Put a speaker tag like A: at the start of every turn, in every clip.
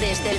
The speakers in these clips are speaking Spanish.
A: Desde el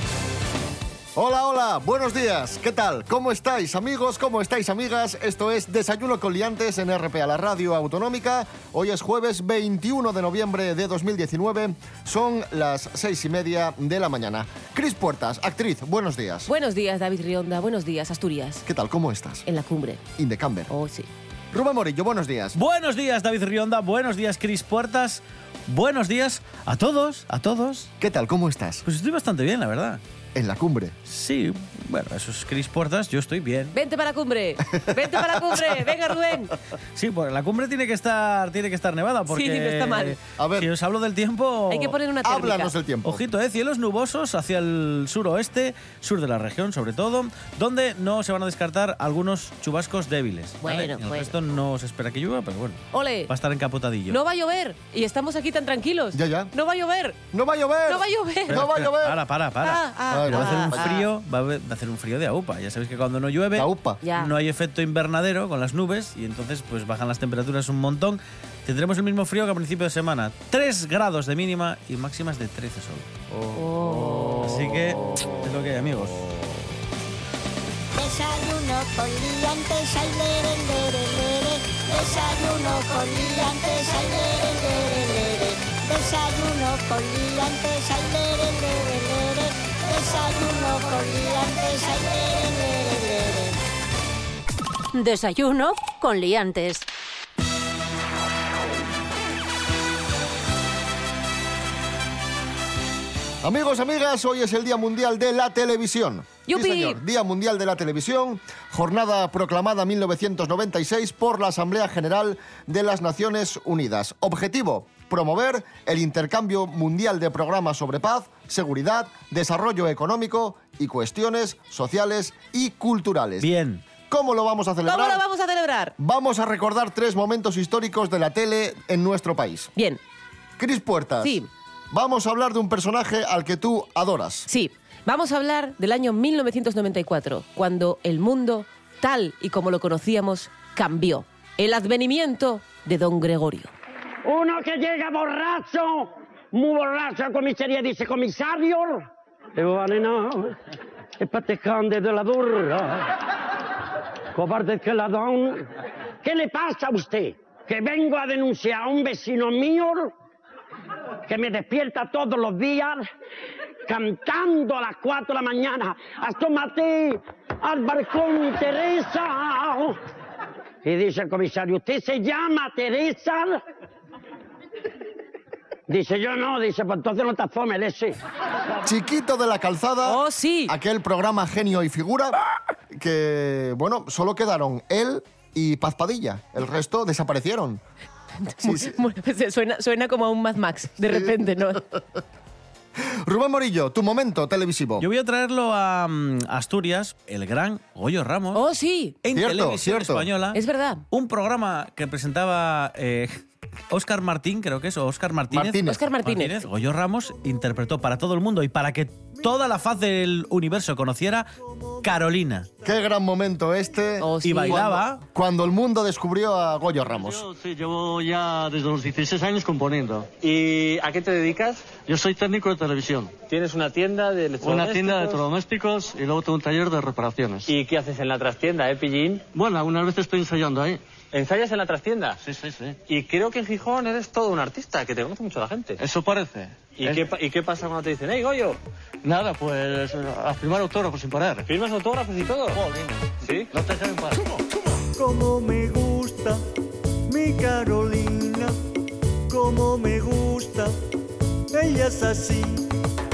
B: Hola, hola, buenos días, ¿qué tal? ¿Cómo estáis amigos? ¿Cómo estáis amigas? Esto es Desayuno con Liantes en RPA, la radio autonómica. Hoy es jueves 21 de noviembre de 2019, son las seis y media de la mañana. Cris Puertas, actriz, buenos días.
C: Buenos días, David Rionda. Buenos días, Asturias.
B: ¿Qué tal? ¿Cómo estás?
C: En la cumbre.
B: In the camber.
C: Oh, sí.
B: Rubén Morillo, buenos días.
D: Buenos días, David Rionda. Buenos días, Cris Puertas. Buenos días a todos, a todos.
B: ¿Qué tal? ¿Cómo estás?
D: Pues estoy bastante bien, la verdad.
B: En la cumbre.
D: Sí, bueno, eso es Cris Puertas, yo estoy bien.
C: Vente para la cumbre. Vente para la cumbre. Venga, Rubén.
D: Sí, porque la cumbre tiene que estar, tiene que estar nevada porque...
C: Sí, no está mal.
B: A ver.
D: Si os hablo del tiempo...
C: Hay que poner una térmica.
B: Háblanos del tiempo.
D: Ojito, ¿eh? cielos nubosos hacia el suroeste, sur de la región sobre todo, donde no se van a descartar algunos chubascos débiles. ¿vale?
C: Bueno,
D: En el
C: bueno.
D: resto no se espera que llueva, pero bueno,
C: Ole.
D: va a estar encapotadillo.
C: No va a llover. Y estamos aquí tan tranquilos.
B: Ya, ya.
C: No va a llover.
B: ¡No va a llover!
C: No va a llover.
B: ¡No va a
D: Espera,
B: llover!
D: Para, para, para.
C: Ah, ah,
B: Ay,
D: Pero va a hacer
C: ah,
D: un
C: ah.
D: frío, va a haber- va a hacer un frío de aupa. Ya sabéis que cuando no llueve,
B: La upa.
C: Ya.
D: no hay efecto invernadero con las nubes y entonces pues bajan las temperaturas un montón. Tendremos el mismo frío que a principio de semana. 3 grados de mínima y máximas de 13 solo.
C: Oh.
D: Así que
B: Oh.
D: es lo que hay, amigos.
E: Desayuno con liantes, ay, lere, lere, lere. Desayuno con liantes, ay, lere, lere, lere. Desayuno con liantes, ay, lere, lere, lere. Desayuno con liantes, ay, lere, lere, lere.
A: Desayuno con liantes.
B: Amigos, amigas, hoy es el Día Mundial de la Televisión.
C: ¡Yupi!
B: Sí, señor. Día Mundial de la Televisión, jornada proclamada 1996 por la Asamblea General de las Naciones Unidas. Objetivo, promover el intercambio mundial de programas sobre paz, seguridad, desarrollo económico y cuestiones sociales y culturales.
D: Bien.
B: ¿Cómo lo vamos a celebrar?
C: ¿Cómo lo vamos a celebrar?
B: Vamos a recordar tres momentos históricos de la tele en nuestro país.
C: Bien.
B: Cris Puertas.
C: Sí.
B: Vamos a hablar de un personaje al que tú adoras.
C: Sí. Vamos a hablar del año 1994, cuando el mundo, tal y como lo conocíamos, cambió. El advenimiento de Don Gregorio.
F: Uno que llega borracho, muy borracho a comisaría, dice, comisario, le digo, vale, no, es patejante de la burra, cobarde que la don. ¿Qué le pasa a usted? Que vengo a denunciar a un vecino mío que me despierta todos los días cantando a las 4 de la mañana, asómate al balcón, Teresa. Y dice el comisario, ¿usted se llama Teresa? Dice yo no, dice, pues entonces no te asomes, ese.
B: Chiquito de la
D: Ah.
B: calzada.
C: Oh, sí.
B: Aquel programa genio y figura que, bueno, solo quedaron él y Paz Padilla. El resto desaparecieron. Sí, sí.
C: Bueno, pues, suena, suena como a un Mad Max, de repente, ¿no?
B: Rubén Morillo, tu momento televisivo.
D: Yo voy a traerlo a mm, Asturias, el gran Goyo Ramos.
C: Oh, sí.
D: en
B: Cierto,
D: televisión
B: cierto.
D: española.
C: Es verdad.
D: Un programa que presentaba Oscar Martín, creo que es, o Oscar Martínez.
B: Martínez.
C: Óscar Martínez.
D: Goyo Ramos interpretó para todo el mundo y para que toda la faz del universo conociera Carolina.
B: Qué gran momento este.
C: Oh, sí.
D: Y bailaba.
B: Cuando el mundo descubrió a Goyo Ramos.
G: Yo sí, llevo ya desde los 16 años componiendo. ¿Y a qué te dedicas? Yo soy técnico de televisión.
H: ¿Tienes una tienda de electrodomésticos?
G: Una tienda de electrodomésticos y luego tengo un taller de reparaciones.
H: ¿Y qué haces en la trastienda, eh, Pillín?
G: Bueno, algunas veces estoy ensayando ahí.
H: ¿Ensayas en la trastienda?
G: Sí, sí, sí.
H: Y creo que en Gijón eres todo un artista, que te conoce mucho la gente.
G: Eso parece.
H: ¿Y,
G: Es-
H: qué, pa- y qué pasa cuando te dicen, hey, Goyo,
G: Nada, pues a firmar autógrafos sin parar.
H: firmas autógrafos y todo? ¿Sí?
G: No te dejan en paz.
I: Como me gusta mi Carolina, como me gusta, ella es así.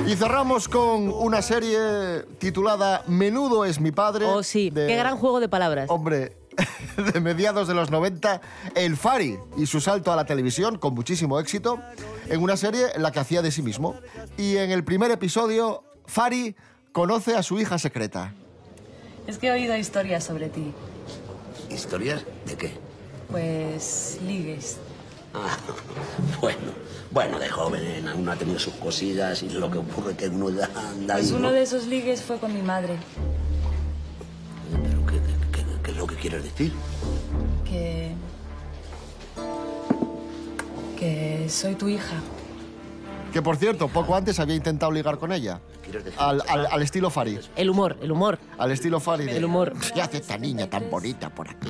B: Y cerramos con una serie titulada Menudo es mi padre.
C: Oh, sí.
B: de-
C: Qué gran juego de palabras.
B: Hombre, de mediados de los 90, el Fari y su salto a la televisión con muchísimo éxito en una serie en la que hacía de sí mismo. Y en el primer episodio, Fari conoce a su hija secreta.
J: Es que he oído historias sobre ti.
K: ¿Historias de qué?
J: Pues ligues.
K: Ah, bueno, Bueno, de joven uno ha tenido sus cosillas y lo que ocurre es que uno ya anda
J: Pues
K: ahí, ¿no?
J: uno de esos ligues fue con mi madre,
K: ¿Qué es lo que quieres decir?
J: que... que soy tu hija.
B: Que por cierto, poco antes había intentado ligar con ella. Al, al- al estilo Fari.
C: El humor, el humor.
B: Al estilo Fari.
C: El humor.
B: ¿Qué hace esta niña tan bonita por aquí?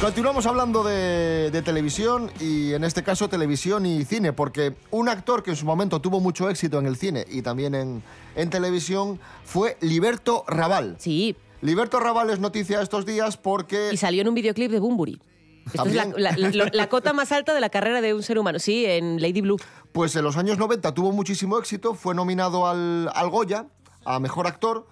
B: Continuamos hablando de, de televisión y en este caso televisión y cine, porque un actor que en su momento tuvo mucho éxito en el cine y también en, en televisión fue Liberto Raval.
C: Sí.
B: Liberto Raval es noticia estos días porque...
C: Y salió en un videoclip de Bumburi. Esto es la,
B: También.
C: la- la- la cota más alta de la carrera de un ser humano. Sí, en Lady Blue.
B: Pues en los años 90 tuvo muchísimo éxito, fue nominado al, al Goya, a Mejor Actor,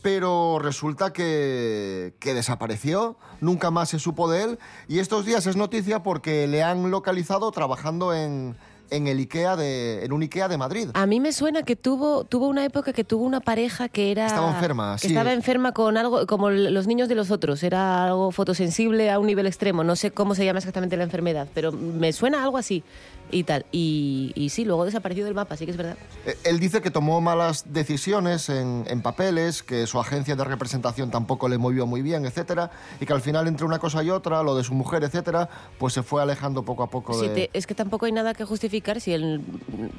B: pero resulta que, que desapareció, nunca más se supo de él, y estos días es noticia porque le han localizado trabajando en, en el IKEA de, en un IKEA de Madrid.
C: A mí me suena que tuvo, tuvo una época que tuvo una pareja que era...
B: Estaba enferma,
C: que
B: sí.
C: Estaba enferma con algo, como l- los niños de los otros. Era algo fotosensible a un nivel extremo. No sé cómo se llama exactamente la enfermedad, pero me suena algo así y tal. Y, y sí, luego desapareció del mapa, sí que es verdad.
B: Eh, Él dice que tomó malas decisiones en, en papeles, que su agencia de representación tampoco le movió muy bien, etcétera, y que al final entre una cosa y otra, lo de su mujer, etcétera, pues se fue alejando poco a poco
C: Sí,
B: de...
C: te- es que tampoco hay nada que justificar si el...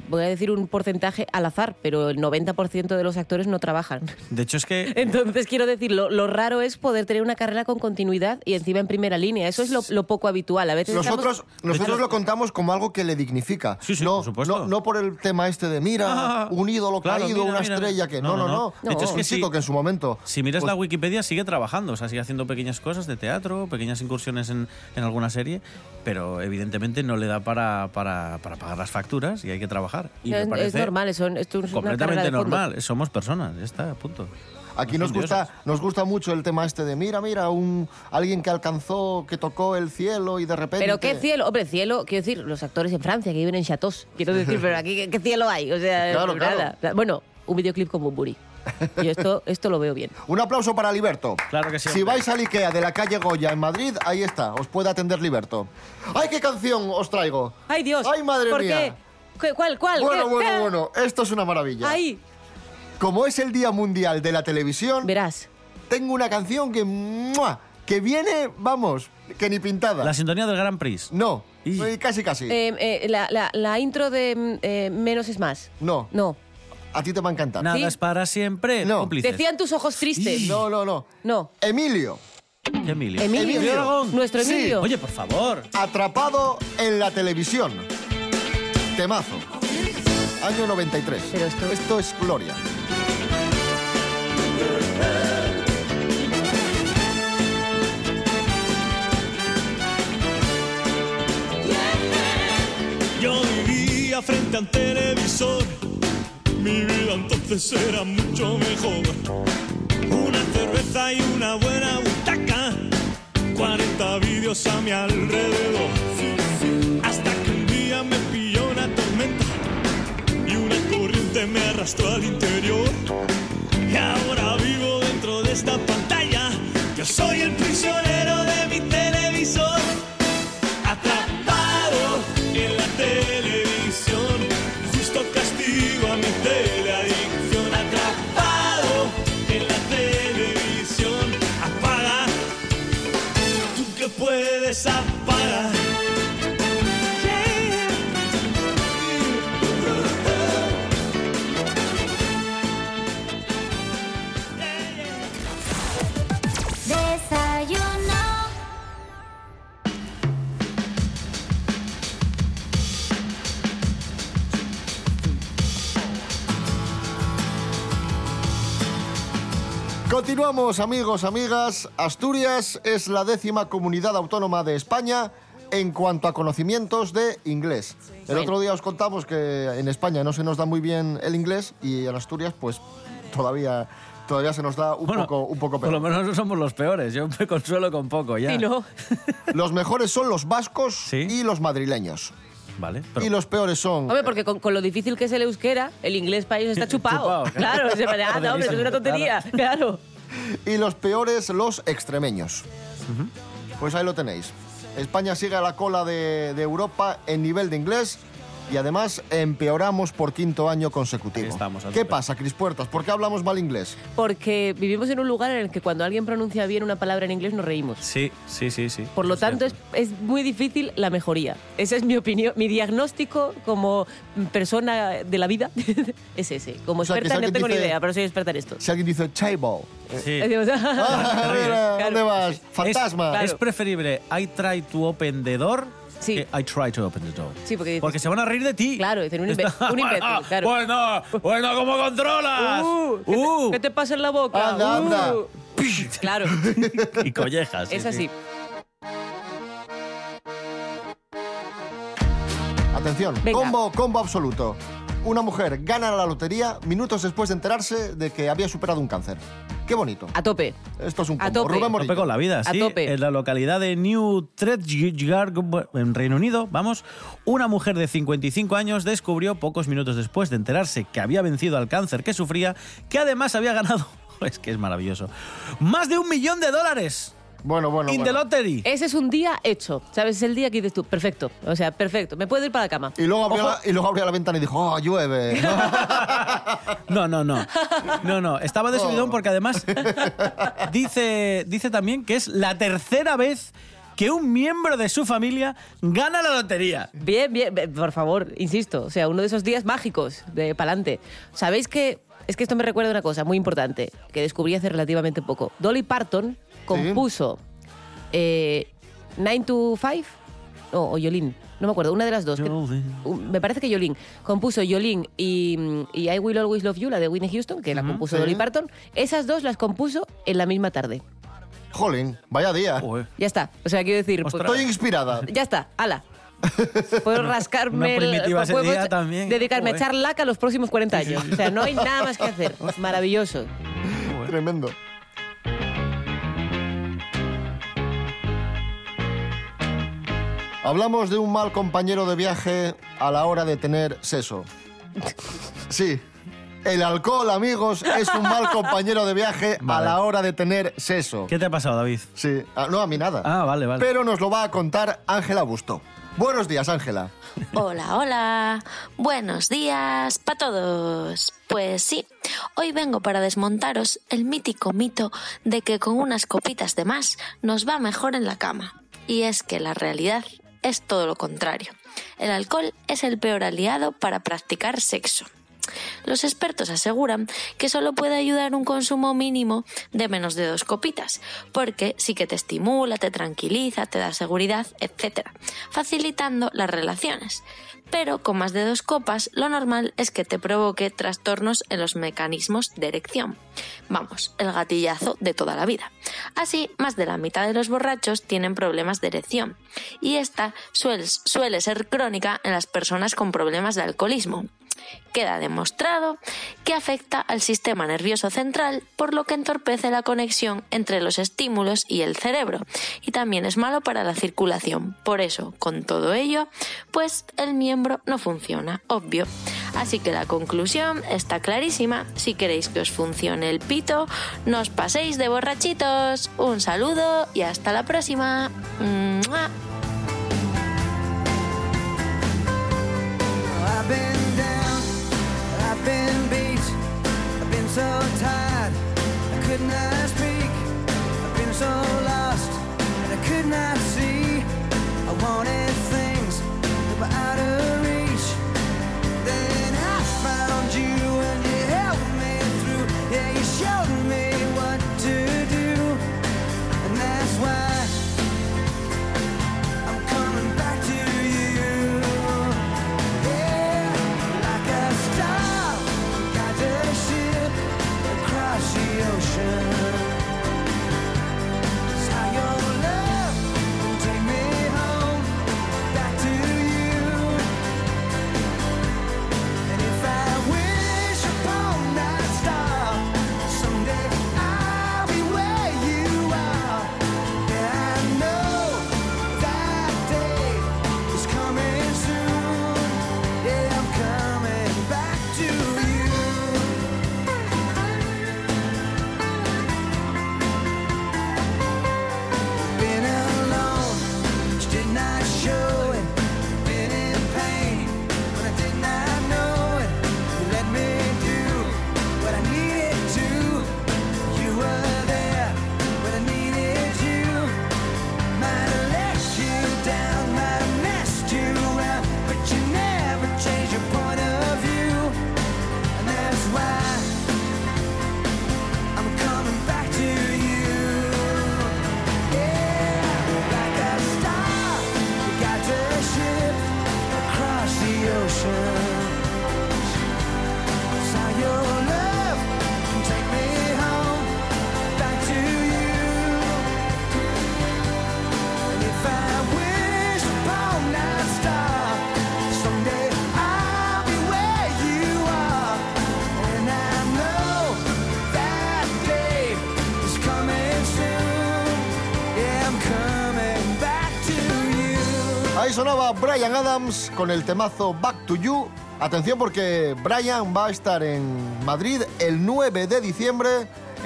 C: Voy a decir un porcentaje al azar, pero el 90% de los actores no trabajan.
D: De hecho, es que
C: Entonces, quiero decir, lo, lo raro es poder tener una carrera con continuidad y encima en primera línea. Eso es lo, lo poco habitual. A veces estamos-
B: Nosotros, nosotros lo contamos como algo que le dignifica. no, No, no por el tema este de mira,
D: Ah,
B: un ídolo
D: claro,
B: caído,
D: mira,
B: una
D: mira.
B: estrella que. No, no, no.
D: De hecho, es que
B: un chico
D: sí.
B: que en su momento.
D: Si miras
B: pues,
D: la Wikipedia, sigue trabajando, o sea, sigue haciendo pequeñas cosas de teatro, pequeñas incursiones en, en alguna serie, pero evidentemente no le da para, para, para pagar las facturas y hay que trabajar. Y me
C: es, es
D: parece
C: normal, eso- esto es una carrera
D: completamente
C: de fondo.
D: normal, somos personas, ya está, punto.
B: Aquí
D: No
B: nos
D: son
B: gusta,
D: dioses.
B: nos gusta mucho el tema este de mira, mira, un alguien que alcanzó, que tocó el cielo y de repente.
C: Pero qué cielo, hombre, cielo, quiero decir, los actores en Francia que viven en chateaux, quiero decir, pero aquí qué, qué cielo hay, o sea,
B: Claro,
C: nada.
B: claro.
C: O sea, Bueno, un videoclip con Bumburi. Yo esto, esto lo veo bien.
B: Un aplauso para Liberto. Claro que
D: sí,
B: Si
D: hombre.
B: vais al IKEA de la calle Goya en Madrid, ahí está, os puede atender Liberto. ¡Ay, qué canción os traigo!
C: Ay, Dios.
B: ¡Ay, madre
C: ¿Por
B: mía!
C: qué? ¿Qué- ¿Cuál, cuál?
B: Bueno,
C: ¿Qué?
B: bueno,
C: ¿Qué?
B: bueno, esto es una maravilla.
C: Ahí.
B: Como es el Día Mundial de la Televisión,
C: verás.
B: Tengo una canción que ¡mua! que viene, vamos, que ni pintada.
D: La sintonía del Gran Prix.
B: No, eh, casi casi.
C: Eh, eh, la, la- la intro de mm, eh, Menos es más.
B: no.
C: No.
B: A ti te va a encantar.
D: Nada
C: ¿Sí?
D: es para siempre,
B: No.
D: cómplices.
C: Decían tus ojos tristes.
B: No, no, no.
C: No.
B: Emilio.
D: ¿Qué Emilio?
C: Emilio.
D: Aragón.
C: Nuestro
B: Sí.
C: Emilio.
D: Oye, por favor.
B: Atrapado en la televisión. Temazo. Año 93. esto... es gloria.
L: Yo vivía frente al televisor, mi vida entonces era mucho mejor. Una cerveza y una buena butaca, 40 vídeos a mi alrededor. Hasta que un día me pilló una tormenta y una corriente me arrastró al interior. Y ahora vivo dentro de esta pantalla, yo soy el prisionero de mi televisor. Atrapado en la televisión, justo castigo a mi teleadicción. Atrapado en la televisión, apaga, tú que puedes apagar.
E: Desayuno.
B: Continuamos, amigos, amigas. Asturias es la décima comunidad autónoma de España en cuanto a conocimientos de inglés. El
C: Bien.
B: otro día os contamos que en España no se nos da muy bien el inglés y en Asturias, pues todavía, todavía se nos da un poco, un poco
D: Por
B: peor.
D: lo menos no somos los peores, yo me consuelo con poco ya.
B: Los mejores son los vascos y los madrileños.
D: Vale.
B: Y los peores son...
C: Hombre, porque con, con lo difícil que es el euskera, el inglés para ellos está chupado.
B: Chupado, claro.
C: claro, se me ah, no, hombre, eso es una tontería. Claro.
B: Y los peores, los extremeños. Pues ahí lo tenéis. España sigue a la cola de, de Europa en nivel de inglés y además empeoramos por quinto año consecutivo. ¿Qué pasa, Cris Puertas? ¿Por qué hablamos mal inglés?
C: Porque vivimos en un lugar en el que cuando alguien pronuncia bien una palabra en inglés nos reímos.
D: Sí, sí, sí, sí.
C: Por lo tanto, es, es muy difícil la mejoría. Ese es mi opinión, mi diagnóstico como persona de la vida es ese. Como
B: O sea, que
C: experta
B: si
C: no
B: alguien
C: tengo ni
B: dice-
C: idea, pero soy experta en esto.
B: Si alguien dice table.
D: Sí.
C: Decimos,
B: Ah, mira, ¿Dónde vas?
D: Es,
B: Fantasma.
D: es preferible I try to open the door que I try to open the door.
C: Sí, porque dices-
D: Porque se van a reír de ti.
C: Claro, dicen un, imbe- un imbécil, claro.
D: Bueno, bueno, ¿cómo controlas?
C: Uh, ¿qué, Te, qué te pasa en la boca?
D: Anda,
C: Uh.
D: anda.
C: Claro.
D: y collejas. sí,
C: es así.
D: sí.
B: Atención, combo, combo absoluto. Una mujer gana la lotería minutos después de enterarse de que había superado un cáncer. Qué bonito.
C: A tope.
B: Esto es un
C: A
B: combo.
C: tope.
B: Rubén Morillo.
D: tope con la vida, sí. En la localidad de New Tredgar, en Reino Unido, vamos, una mujer de 55 años descubrió pocos minutos después de enterarse que había vencido al cáncer que sufría, que además había ganado, es que es maravilloso, más de un millón de dólares.
B: Bueno, bueno, Eh.
D: In the lottery.
C: Ese es un día hecho. ¿Sabes? Es el día que dices tú, perfecto. O sea, perfecto. Me puedo ir para la cama.
B: Y luego, abrió
C: Ojo.
B: la, y luego abrió la ventana y dijo, oh, llueve. ¿no?
D: No, no, no. No, no. Estaba de
B: Oh.
D: subidón porque además dice, dice también que es la tercera vez que un miembro de su familia gana la lotería.
C: Bien, bien, be- por favor, insisto. O sea, uno de esos días mágicos de pa'lante. ¿Sabéis que.? Es que esto me recuerda una cosa muy importante que descubrí hace relativamente poco. Dolly Parton compuso eh, Nine to Five o, o Yolín. No me acuerdo, una de las dos. que- un- me parece que Yolín. Compuso Yolín y, mm, y I Will Always Love You, la de Whitney Houston, que la compuso
B: sí.
C: Dolly Parton. Esas dos las compuso en la misma tarde.
B: Jolín, vaya día.
C: Ya está. O sea, quiero decir. pues-
B: Estoy inspirada.
C: ya está, ala. Puedo rascarme
D: Una primitiva
C: el, puedo
D: ese día también.
C: dedicarme
D: Joder.
C: a echar laca los próximos 40 años. O sea, no hay nada más que hacer. Maravilloso.
B: Tremendo. Hablamos de un mal compañero de viaje a la hora de tener seso. Sí. El alcohol, amigos, es un mal compañero de viaje a
D: Vale.
B: la hora de tener seso.
D: ¿Qué te ha pasado, David?
B: Sí. Ah, no, a mí nada.
D: Ah, vale, vale.
B: Pero nos lo va a contar Ángela Busto. Buenos días, Ángela.
M: Hola, hola. Buenos días para todos. Pues sí, hoy vengo para desmontaros el mítico mito de que con unas copitas de más nos va mejor en la cama. Y es que la realidad es todo lo contrario. El alcohol es el peor aliado para practicar sexo. Los expertos aseguran que solo puede ayudar un consumo mínimo de menos de dos copitas, porque sí que te estimula, te tranquiliza, te da seguridad, etc., facilitando las relaciones. Pero con más de dos copas, lo normal es que te provoque trastornos en los mecanismos de erección. Vamos, el gatillazo de toda la vida. Así, más de la mitad de los borrachos tienen problemas de erección, y esta suel- suele ser crónica en las personas con problemas de alcoholismo queda demostrado que afecta al sistema nervioso central, por lo que entorpece la conexión entre los estímulos y el cerebro, y también es malo para la circulación. Por eso, con todo ello, pues el miembro no funciona, obvio. Así que la conclusión está clarísima. Si queréis que os funcione el pito, no os paséis de borrachitos. Un saludo y hasta la próxima. ¡Mua!
N: I've been down, I've been beat, I've been so tired, I could not speak, I've been so lost, and I could not see. I wanted things that were out of reach. Then I found you and you helped me through. Yeah, you showed me what to do, and that's why I'm coming back to you. Like a star, guides a ship across the ocean. It's how your love holds
B: sonaba Brian Adams con el temazo Back to You. Atención porque Brian va a estar en Madrid el 9 de diciembre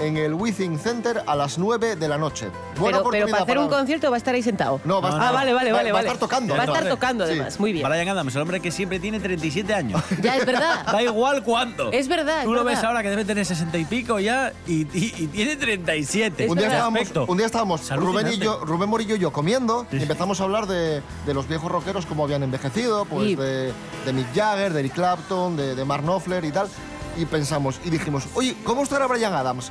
B: en el Within Center a las 9 de la noche. Buena
C: pero, pero
B: oportunidad
C: para hacer un concierto va a estar ahí sentado.
B: No, va a estar-
C: Ah, vale, vale,
B: va-
C: vale.
B: va a
C: vale.
B: estar tocando.
C: Va a estar
D: Entonces,
C: tocando,
D: sí.
C: además. Muy bien.
D: Brian Adams, el hombre que siempre tiene 37 años.
C: Ya, es verdad.
D: da igual cuándo.
C: Es verdad,
D: Tú
C: es
D: lo
C: verdad.
D: ves ahora que debe tener 60 y pico ya y, y- y tiene 37.
B: un día, estábamos,
D: Perfecto.
B: un día estábamos Rubén, y yo, Rubén Morillo y yo comiendo y empezamos a hablar de, de los viejos rockeros, cómo habían envejecido, pues
C: Y-
B: de, de Mick Jagger, de Eric Clapton, de, de Mark Knopfler y tal. Y pensamos, y dijimos, oye, ¿cómo estará Brian Adams?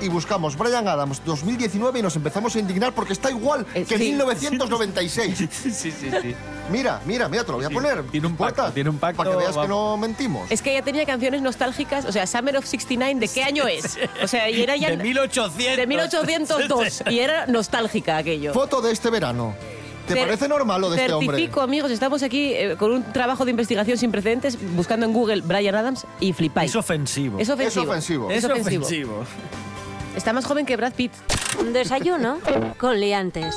B: Y buscamos Brian Adams 2019 y nos empezamos a indignar porque está igual que
C: Eh, sí.
B: 1996.
D: sí, sí, sí.
B: Mira, mira, mira, te lo voy a poner. Tiene un pacto, tiene un pacto. Para que veas que no mentimos.
C: Es que ella tenía canciones nostálgicas, o sea, Summer of 69, ¿de qué año es? O sea, y era ya...
D: De 1800.
C: De 1802. Y era nostálgica aquello.
B: Foto de este verano. ¿Te
C: Cer-
B: parece normal lo de este hombre?
C: Certifico, amigos, estamos aquí eh, con un trabajo de investigación sin precedentes, buscando en Google Brian Adams y flipáis.
D: Es ofensivo.
C: Es ofensivo. Es ofensivo.
D: Es
C: Es ofensivo.
D: ofensivo.
C: Está más joven que Brad Pitt.
A: Desayuno con liantes.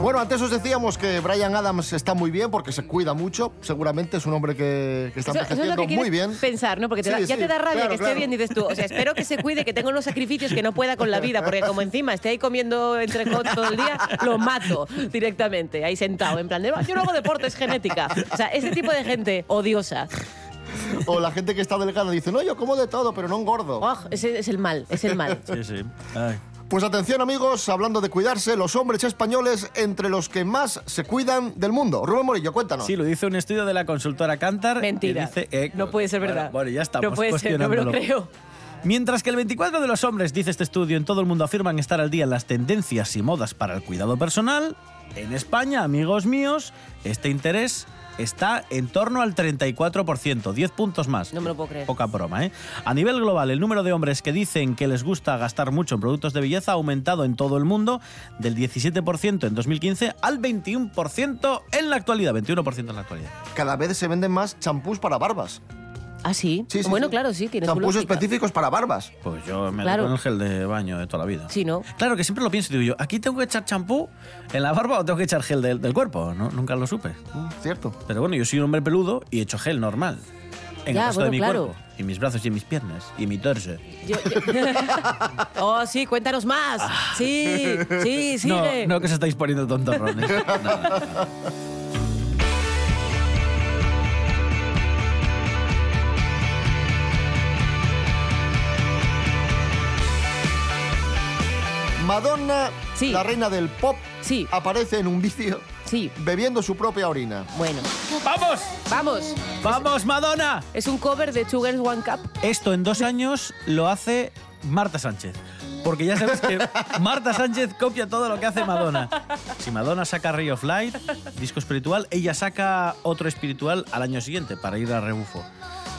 B: Bueno, antes os decíamos que Brian Adams está muy bien porque se cuida mucho. Seguramente es un hombre que, que está
C: Eso, eso es lo
B: envejeciendo
C: que quieres
B: muy bien.
C: pensar, ¿no? Porque te da-
B: Sí,
C: ya
B: sí,
C: te da rabia
B: claro,
C: que esté
B: claro.
C: bien, dices tú. O sea, espero que se cuide, que tenga unos sacrificios que no pueda con la vida, porque como encima esté ahí comiendo entrecot todo el día, lo mato directamente, ahí sentado, en plan de, "Ah, yo no hago deporte, es genética. O sea, ese tipo de gente odiosa,
B: O la gente que está delgada dice, no, yo como de todo, pero no engordo.
C: Ugh, Oh, ese es el mal, es el mal.
D: Sí, sí. Ay.
B: Pues atención amigos, hablando de cuidarse, los hombres españoles entre los que más se cuidan del mundo. Rubén Morillo, cuéntanos.
D: Sí, lo dice un estudio de la consultora Cantar.
C: Mentira.
D: que dice, eh,
C: No puede ser
D: bueno,
C: verdad.
D: Bueno, ya estamos
C: No puede ser, no me lo
D: cuestionándolo.
C: creo.
D: Mientras que el 24 de los hombres, dice este estudio, en todo el mundo afirman estar al día en las tendencias y modas para el cuidado personal, en España, amigos míos, este interés está en torno al 34%, 10 puntos más.
C: No me lo puedo creer.
D: Poca broma, ¿eh? A nivel global, el número de hombres que dicen que les gusta gastar mucho en productos de belleza ha aumentado en todo el mundo del 17% en 2015 al 21% en la actualidad, 21% en la actualidad.
B: Cada vez se venden más champús para barbas.
C: Ah, sí.
B: Sí, sí,
C: bueno,
B: sí.
C: claro, sí, tiene su
B: Champús
C: lógica.
B: específicos para barbas.
D: Pues yo me
C: Claro.
D: doy con el gel de baño de toda la vida.
C: Sí, ¿no?
D: Claro que siempre lo pienso, digo yo, ¿aquí tengo que echar champú en la barba o tengo que echar gel del, del cuerpo? No, nunca lo supe.
B: Mm, Cierto.
D: Pero bueno, yo soy un hombre peludo y echo gel normal. En
C: Ya,
D: el resto
C: bueno,
D: de mi
C: claro.
D: cuerpo. Y mis brazos y mis piernas. Y mi torso.
C: Yo- yo- oh, sí, cuéntanos más. Sí, sí, eh.
D: no,
C: sigue.
D: no que os estáis poniendo tontorrones. No.
B: Madonna,
C: Sí.
B: la reina del pop,
C: Sí.
B: aparece en un vídeo
C: Sí.
B: bebiendo su propia orina.
C: Bueno,
D: ¡Vamos!
C: vamos.
D: ¡Vamos, Madonna!
C: Es un cover de Two Girls One Cup.
D: Esto en dos años lo hace Marta Sánchez. Porque ya sabes que Marta Sánchez copia todo lo que hace Madonna. Si Madonna saca Ray of Light, disco espiritual, ella saca otro espiritual al año siguiente para ir a rebufo.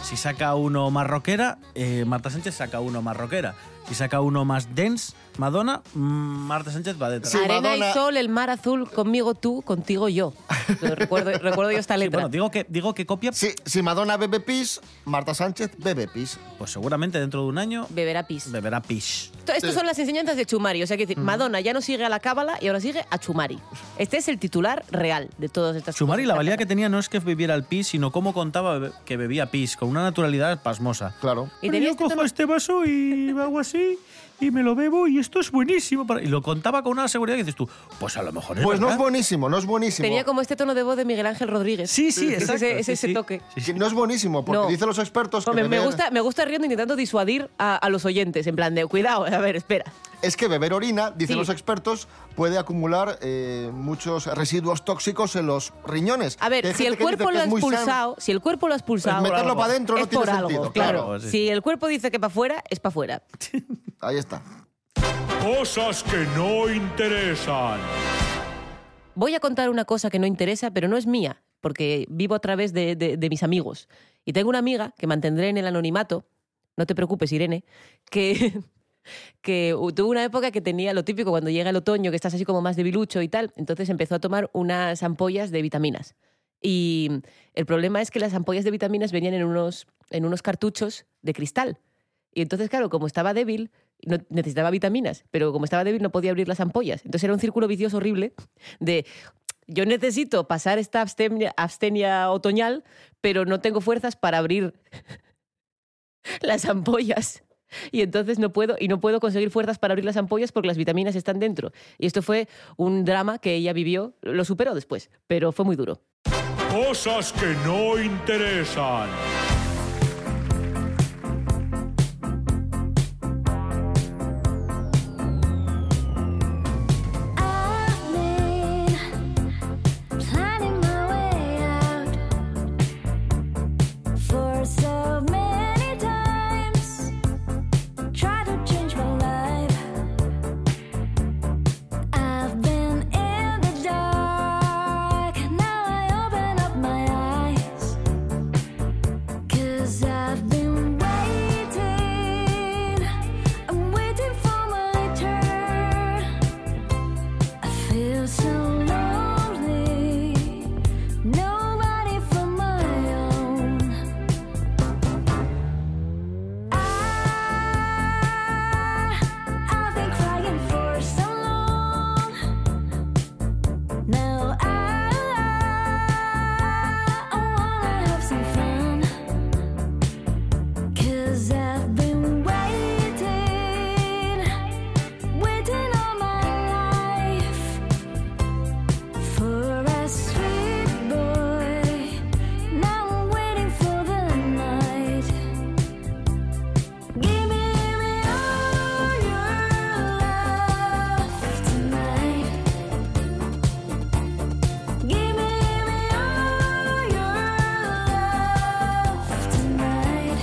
D: Si saca uno más rockera, eh, Marta Sánchez saca uno más rockera. Si saca uno más dance, Madonna, mm, Marta Sánchez va detrás.
B: Sí,
C: Arena
B: Madonna-
C: y sol, el mar azul, conmigo tú, contigo yo. Lo recuerdo, recuerdo yo esta
D: Sí,
C: letra.
D: bueno, digo que, digo que copia,
B: Sí, si Madonna bebe pis, Marta Sánchez bebe pis.
D: pues seguramente dentro de un año
C: Beberá pis.
D: beberá pish.
C: Esto- Estas son las enseñanzas de Chumari. O sea, que
D: Mm.
C: decir, Madonna ya no sigue a la cábala y ahora sigue a Chumari. Este es el titular real de todas estas
D: Chumari, la
C: cosas.
D: valía que tenía no es que bebiera el pis, sino cómo contaba be- que bebía pis, con una naturalidad pasmosa.
B: Claro.
C: Y
D: Bueno,
C: tenía
D: yo
C: este
D: cojo
C: tono-
D: este vaso y hago así y me lo bebo y esto es buenísimo. para- Y lo contaba con una seguridad que dices tú, pues a lo mejor es
B: Pues no es
D: verdad.
B: buenísimo, no es buenísimo.
C: Tenía como este tono de voz de Miguel Ángel Rodríguez.
D: Sí, sí,
C: Es
D: exacto.
C: ese, es
D: sí,
C: ese
D: sí.
C: toque.
D: Sí, sí.
B: Que No es buenísimo, porque
C: No.
B: dicen los expertos que
C: No, me, me
B: beber-
C: gusta, me gusta riendo intentando disuadir a, a los oyentes, en plan de, cuidado, a ver, espera.
B: es que beber orina, dicen
C: Sí.
B: los expertos, puede acumular eh, muchos residuos tóxicos en los riñones.
C: A
B: Que
C: ver,
B: hay
C: si
B: gente
C: el
B: que
C: cuerpo
B: dice
C: lo
B: que
C: ha
B: es muy sano.
C: expulsado, si el cuerpo lo ha expulsado...
B: Pues meterlo
C: algo.
B: pa' dentro no
C: es
B: tiene
C: por
B: sentido,
C: algo,
B: claro,
C: claro.
D: sí.
C: Si el cuerpo dice que para afuera, es para afuera.
B: Ahí está.
L: Cosas que no interesan.
C: Voy a contar una cosa que no interesa, pero no es mía, porque vivo a través de, de- de mis amigos. Y tengo una amiga que mantendré en el anonimato, no te preocupes, Irene, que que u- tuvo una época que tenía lo típico cuando llega el otoño, que estás así como más debilucho y tal, entonces empezó a tomar unas ampollas de vitaminas. Y el problema es que las ampollas de vitaminas venían en unos, en unos cartuchos de cristal. Y entonces, claro, como estaba débil, no- necesitaba vitaminas, pero como estaba débil no podía abrir las ampollas. Entonces era un círculo vicioso horrible de yo necesito pasar esta abstemia, abstenia otoñal, pero no tengo fuerzas para abrir las ampollas. Y entonces no puedo, y no puedo conseguir fuerzas para abrir las ampollas porque las vitaminas están dentro. Y esto fue un drama que ella vivió, lo superó después, pero fue muy duro.
L: Cosas que no interesan.
O: I've been planning my way out for so many times. Try to change my life. I've been in the dark. Now I open up my eyes. Cause I've been waiting. I'm waiting for my turn. I feel so lonely, nobody for my own. I I've been crying for so long. Now I wanna have some fun, 'cause I've been waiting. Waiting all my life for a sweet boy. Now I'm waiting for the night. Give me all your love tonight. Give me all your love tonight.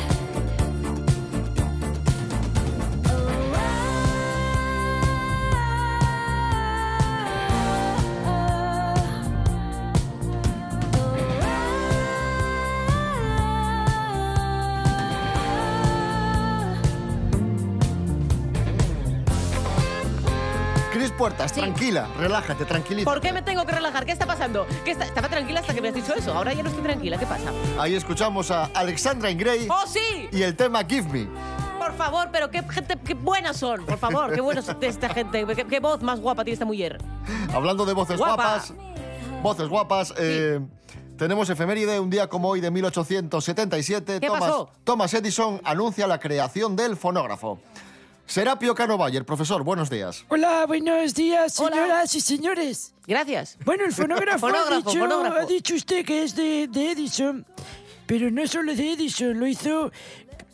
B: Cris Puertas, tranquila, relájate, tranquilita.
C: ¿Por qué me tengo que relajar? ¿Qué está pasando? ¿Qué está- Estaba tranquila hasta que me has dicho eso. Ahora ya no estoy tranquila. ¿Qué pasa?
B: Ahí escuchamos a Alexandra Ingray
C: ¡Oh, sí!
B: y el tema Give Me.
C: Por favor, pero qué gente, qué buenas son. Por favor, qué buenas son esta gente. Qué, qué voz más guapa tiene esta mujer.
B: Hablando de voces
C: Guapa.
B: guapas, voces guapas, eh, tenemos efeméride, un día como hoy de 1877,
C: ¿Qué
B: Thomas,
C: pasó?
B: Thomas Edison anuncia la creación del fonógrafo. Serapio Cano Bayer, profesor, buenos días.
P: Hola, buenos días, señoras y señores.
C: Gracias.
P: Bueno, el fonógrafo, ha,
C: Fonógrafo,
P: dicho,
C: fonógrafo.
P: ha dicho usted que es de, de Edison, pero no solo de Edison, lo hizo,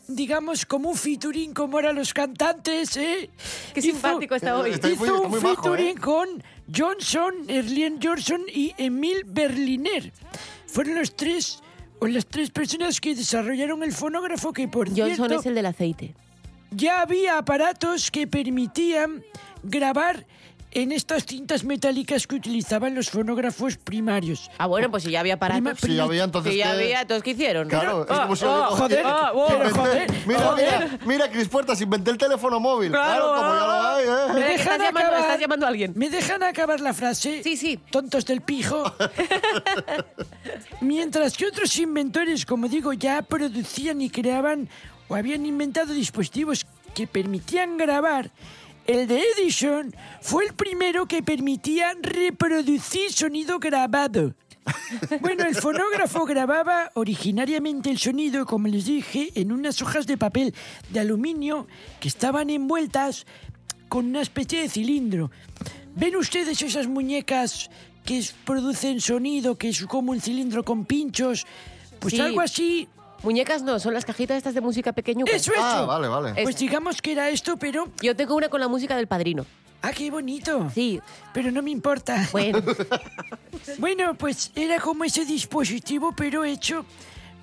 P: digamos, como un featuring, como eran los cantantes, ¿eh?
C: Qué
P: Hizo-
C: simpático está hoy. Está
P: Hizo
C: muy- está
P: un
C: muy majo,
P: featuring
C: ¿eh?
P: con Johnson, Erlien Johnson y Emil Berliner. Fueron los tres... O las tres personas que desarrollaron el fonógrafo que por
C: Johnson
P: cierto,
C: es el del aceite.
P: ya había aparatos que permitían grabar en estas cintas metálicas que utilizaban los fonógrafos primarios.
C: Ah, bueno, pues si ya había aparatos.
P: Prima- prima-
C: Si ya había, entonces ¿qué hicieron?
B: ¿eh? Claro, es
C: Ah,
B: como si...
C: ah,
P: joder,
C: ah, wow,
B: Inventé-
C: joder,
B: mira,
C: joder.
B: mira, mira, Cris Puertas, inventé el teléfono móvil. Claro,
P: Claro,
B: como ya lo
C: ah,
B: hay, ¿eh?
P: ¿Me dejan acabar?
C: a alguien.
P: ¿Me dejan acabar la frase? Sí, sí. Tontos del pijo. Mientras que otros inventores, como digo, ya producían y creaban o habían inventado dispositivos que permitían grabar, el de Edison fue el primero que permitía reproducir sonido grabado. Bueno, el fonógrafo grababa originariamente el sonido, como les dije, en unas hojas de papel de aluminio que estaban envueltas con una especie de cilindro. ¿Ven ustedes esas muñecas que es- producen sonido, que es como un cilindro con pinchos? Pues
C: Sí.
P: algo así.
C: Muñecas no, son las cajitas estas de música pequeñuca.
P: Eso,
C: Ah,
P: eso.
C: vale, vale.
P: Pues
C: Eso.
P: digamos que era esto, pero...
C: Yo tengo una con la música del padrino.
P: Ah, qué bonito.
C: Sí.
P: Pero no me importa.
C: Bueno.
P: bueno, pues era como ese dispositivo, pero hecho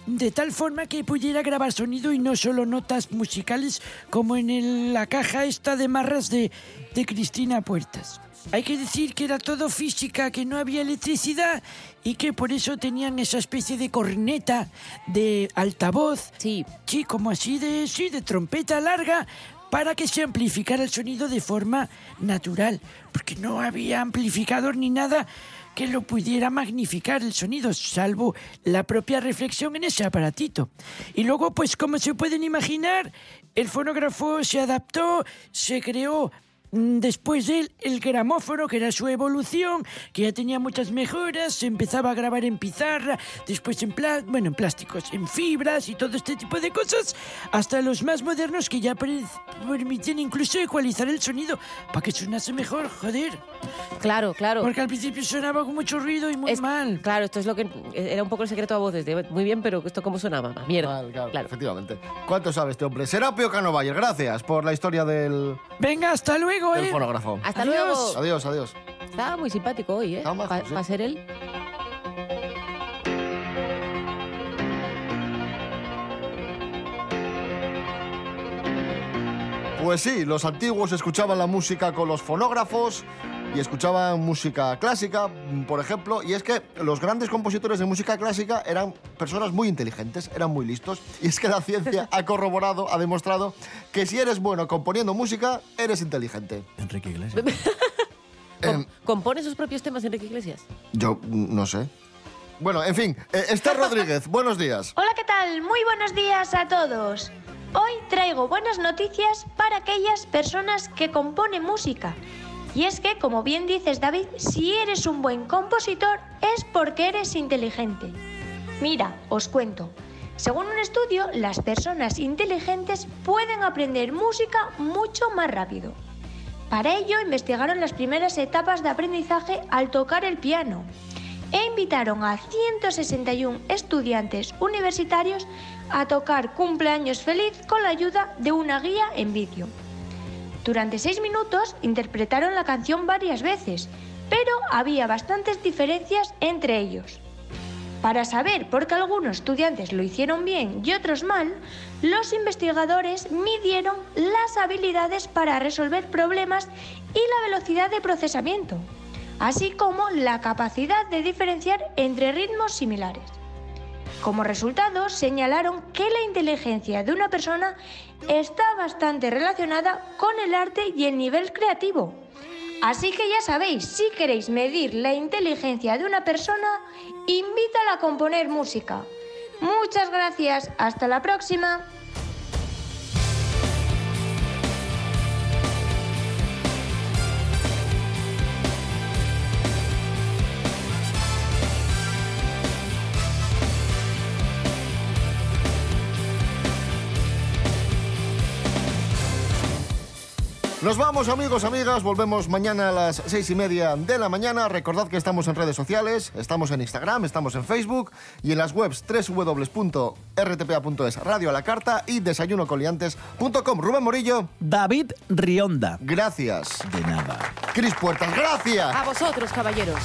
P: de tal forma que pudiera grabar sonido y no solo notas musicales como en el- la caja esta de marras de, de Cristina Puertas. Hay que decir que era todo física, que no había electricidad y que por eso tenían esa especie de corneta, de altavoz.
C: Sí.
P: Sí, como así de, sí, de trompeta larga, para que se amplificara el sonido de forma natural, porque no había amplificador ni nada que lo pudiera magnificar el sonido, salvo la propia reflexión en ese aparatito. Y luego, pues como se pueden imaginar, el fonógrafo se adaptó, se creó Mm, Después de él, el gramófono, que era su evolución, que ya tenía muchas mejoras, se empezaba a grabar en pizarra, después en, pla- bueno, en plásticos, en fibras y todo este tipo de cosas, hasta los más modernos que ya pre- permitían incluso ecualizar el sonido para que sonase mejor, joder.
C: Claro, claro.
P: Porque al principio sonaba con mucho ruido y muy mal.
C: Claro, esto es lo que era un poco el secreto a voces. de, muy bien, pero esto cómo sonaba, más mierda.
B: claro. Efectivamente. ¿Cuánto sabe este hombre? Serapio Cano Bayer, gracias por la historia del,
P: Venga, hasta luego,
C: Pues,
B: del
P: eh.
B: fonógrafo.
C: Hasta luego.
B: Adiós, adiós.
C: Estaba muy simpático hoy, ¿eh? Para ser él.
B: Pues sí, los antiguos escuchaban la música con los fonógrafos y escuchaban música clásica, mm, por ejemplo, y es que los grandes compositores de música clásica eran personas muy inteligentes, eran muy listos, y es que la ciencia ha corroborado, ha demostrado que si eres bueno componiendo música, eres inteligente.
D: Enrique Iglesias.
C: Em. ¿Compone sus propios temas Enrique Iglesias?
B: Yo mm, no sé. Bueno, en fin, eh, Esther Rodríguez, buenos días.
Q: Hola, ¿qué tal? Muy buenos días a todos. Hoy traigo buenas noticias para aquellas personas que componen música. Y es que, como bien dices David, si eres un buen compositor es porque eres inteligente. Mira, os cuento. Según un estudio, las personas inteligentes pueden aprender música mucho más rápido. Para ello, investigaron las primeras etapas de aprendizaje al tocar el piano e invitaron a 161 estudiantes universitarios a tocar cumpleaños feliz con la ayuda de una guía en vídeo. Durante seis minutos interpretaron la canción varias veces, pero había bastantes diferencias entre ellos. Para saber por qué algunos estudiantes lo hicieron bien y otros mal, los investigadores midieron las habilidades para resolver problemas y la velocidad de procesamiento, así como la capacidad de diferenciar entre ritmos similares. Como resultado, señalaron que la inteligencia de una persona está bastante relacionada con el arte y el nivel creativo. Así que ya sabéis, si queréis medir la inteligencia de una persona, invítala a componer música. Muchas gracias, hasta la próxima.
B: Nos vamos amigos, amigas, volvemos mañana a las seis y media de la mañana. Recordad que estamos en redes sociales, estamos en Instagram, estamos en Facebook y en las webs www.rtpa.es, Radio a la Carta y desayunocoliantes.com. Rubén Morillo.
D: David Rionda.
B: Gracias.
D: De nada.
B: Cris Puertas, gracias.
C: Ah. A vosotros, caballeros.